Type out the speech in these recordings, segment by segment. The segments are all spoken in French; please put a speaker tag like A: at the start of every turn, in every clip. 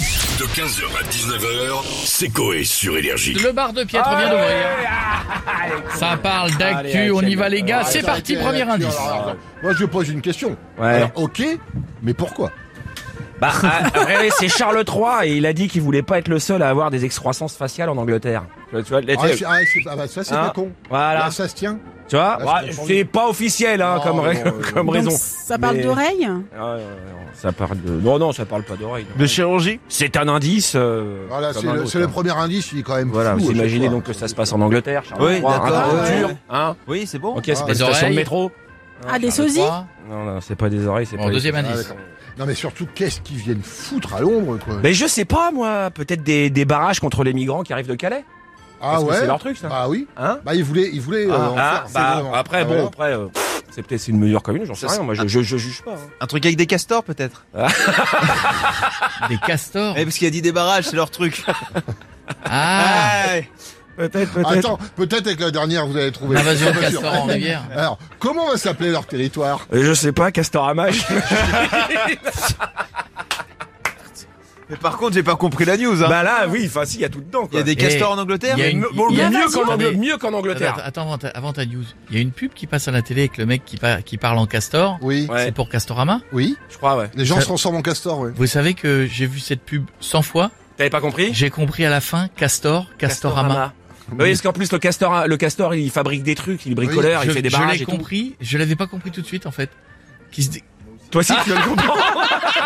A: De 15h à 19h, c'est Coé sur Énergie.
B: Le bar de Pietre vient
C: Ah
B: d'ouvrir. Ça parle d'actu, on y va les
D: ah,
B: gars, Ah, c'est parti, premier indice.
D: Moi, je pose une question. Alors, ok, mais pourquoi
C: Bah, ah, regardez, c'est Charles III et il a dit qu'il voulait pas être le seul à avoir des excroissances faciales en Angleterre. Tu vois, tu vois, les-
D: ah, c'est- ah, c'est- ah, bah, Ça, c'est
C: Ah,
D: pas con.
C: voilà.
D: Là, ça se tient.
C: tu vois,
D: Ah, c'est
C: ouais,
D: changé.
C: c'est pas officiel hein,
D: Non,
C: comme, ra-
D: non, euh,
C: comme
E: Donc,
C: raison.
E: ça parle
C: Mais-
E: d'oreille
C: Ah, ouais, ouais, ouais, ça parle de... Non, non, ça parle pas d'oreille. non.
F: De chirurgie
C: C'est un indice. euh,
D: Voilà,
C: comme
D: c'est
C: un
D: le,
C: autre,
D: c'est le
C: hein.
D: premier indice, il est quand même
C: Voilà,
D: fou,
C: vous
D: à chaque
C: imaginez
D: fois.
C: donc que ça se passe en Angleterre, Charles
F: Oui,
C: III, hein,
F: d'accord,
C: un
F: ouais,
C: culture,
F: ouais.
C: hein.
D: Ah,
F: Oui, c'est bon.
C: Ok, c'est pas
B: Des
C: une station de
B: oreilles.
C: métro.
E: Ah, des sosies
C: Non, non, c'est pas des oreilles, c'est
B: Bon,
C: pas des-
B: deuxième
D: Ah,
B: indice.
D: d'accord. Non, mais surtout, qu'est-ce qu'ils viennent foutre à Londres, quoi
C: Mais je sais pas, moi, peut-être des, des barrages contre les migrants qui arrivent de Calais.
D: Ah
C: parce que
D: ouais
C: c'est leur truc, ça.
D: Bah oui.
C: Hein
D: Bah, ils voulaient, ils voulaient euh, en
C: Ah,
D: faire, c'est
C: bah,
D: vraiment-
C: après,
D: Ah,
C: bon,
D: voilà.
C: après, euh, pff, c'est peut-être une mesure commune, j'en sais
F: Ça,
C: rien. Moi, je, je, je juge pas. hein.
F: Un truc avec des castors peut-être
B: Des castors.
F: Eh parce qu'il a dit des barrages, c'est leur truc.
B: Ah,
F: Ouais.
C: Peut-être, peut-être.
D: Attends, peut-être avec la dernière, vous allez trouver.
B: l'invasion
D: Je
B: de
D: suis pas sûr.
B: castors en rivière.
D: Alors, comment va s'appeler leur territoire
C: Euh, Je sais pas, Castorama.
F: Mais par contre, j'ai pas compris la news. Hein.
C: bah là, oui, enfin, si, il y a tout dedans,
F: il y
C: quoi.
F: a des castors en Angleterre.
B: il y a
C: Mais
B: une-
C: m- bon,
B: il y a-
C: mieux, qu'en Angl-
B: Attendez.
C: mieux qu'en
B: Attends,
C: Angleterre.
B: attends, avant ta- avant ta news, il y a une pub qui passe à la télé avec le mec qui, par- qui parle en castor.
D: Oui,
C: Ouais.
B: C'est pour Castorama.
D: oui.
C: Je crois, ouais.
D: Les gens
B: Ça-
D: se transforment en castor, oui.
B: Vous savez que j'ai vu cette pub 100 fois.
C: T'avais pas compris
B: J'ai compris à la fin Castor, Castorama.
C: Oui, parce qu'en plus, le castor, le castor, il fabrique des trucs, il est bricoleur,
B: je
C: il fait des
B: je
C: barrages
B: l'ai
C: et tout.
B: compris. Je l'avais pas compris tout de suite en fait. Qui se dit-
C: Toi aussi, tu viens de comprendre. tu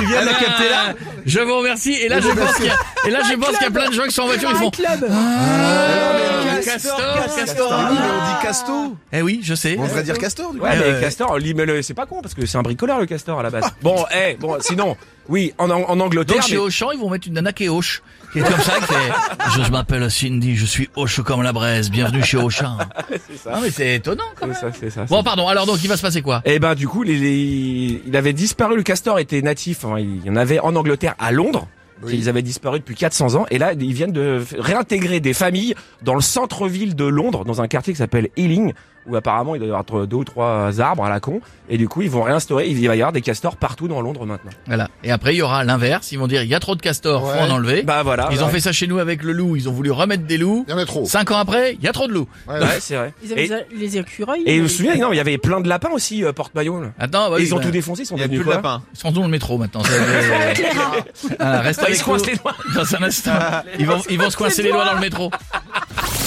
F: Ah,
C: viens de
B: Ah,
C: la capter là.
B: Je vous remercie. Et là, je pense qu'il y a, et là, je pense qu'il y a plein de gens qui sont en voiture. Ils font.
E: club
B: Ah, Castor,
F: Ah oui, mais
B: Castorama.
F: on dit casto.
B: Eh oui, je sais.
F: On devrait dire castor du coup.
C: Ouais,
B: Ouais,
C: mais
B: ouais.
C: Castor, lui, mais le- c'est pas con parce que c'est un bricoleur le Castor à la base. bon, eh, bon, sinon, oui, en, en Angleterre.
B: Donc chez
C: mais-
B: Auchan, ils vont mettre une nana qui est Hoche. Qui est comme ça, qui fait, Je m'appelle Cindy, je suis Hoche comme la braise, bienvenue chez Auchan. Non mais c'est étonnant quand
C: C'est
B: même.
C: ça, c'est ça.
B: Bon pardon, alors donc il va se passer quoi
C: Et ben du coup, les, les- il avait disparu. Le Castor était natif. hein, il y en avait en Angleterre, à Londres.
D: Oui.
C: Ils avaient disparu depuis 400 ans. Et là, ils viennent de f- réintégrer des familles dans le centre-ville de Londres, dans un quartier qui s'appelle Ealing, où apparemment il doit y avoir entre deux ou trois arbres à la con. Et du coup, ils vont réinstaurer. Il va y avoir des castors partout dans Londres maintenant.
B: Voilà. Et après il y aura l'inverse, ils vont dire il y a trop de castors, faut
D: Ouais.
B: en enlever.
C: Bah voilà.
B: ils ont
C: ouais.
B: fait ça chez nous avec le loup, ils ont voulu remettre des loups.
D: Il y en a trop.
B: Cinq ans après, il y a trop de loups.
D: Ouais,
C: Ouais, c'est vrai.
E: Ils avaient
C: Et,
E: les- les écureuils. euh,
C: et
E: ils
C: vous vous
E: avaient-
C: souvenez, non, il y avait plein de lapins aussi, euh, porte-maillot. là.
B: Attends, bah
C: Et
B: oui,
C: ils ont
B: bah,
C: tout défoncé, ils sont
F: Il y a
C: devenus
F: plus de
C: quoi
F: lapin.
B: Ils sont dans le métro maintenant. ça, euh, voilà, reste
C: hein. Ils
B: avec
C: se coincent
B: nous
C: les doigts. Ah.
B: dans un instant. Ils vont, ils vont se coincer les doigts dans le métro.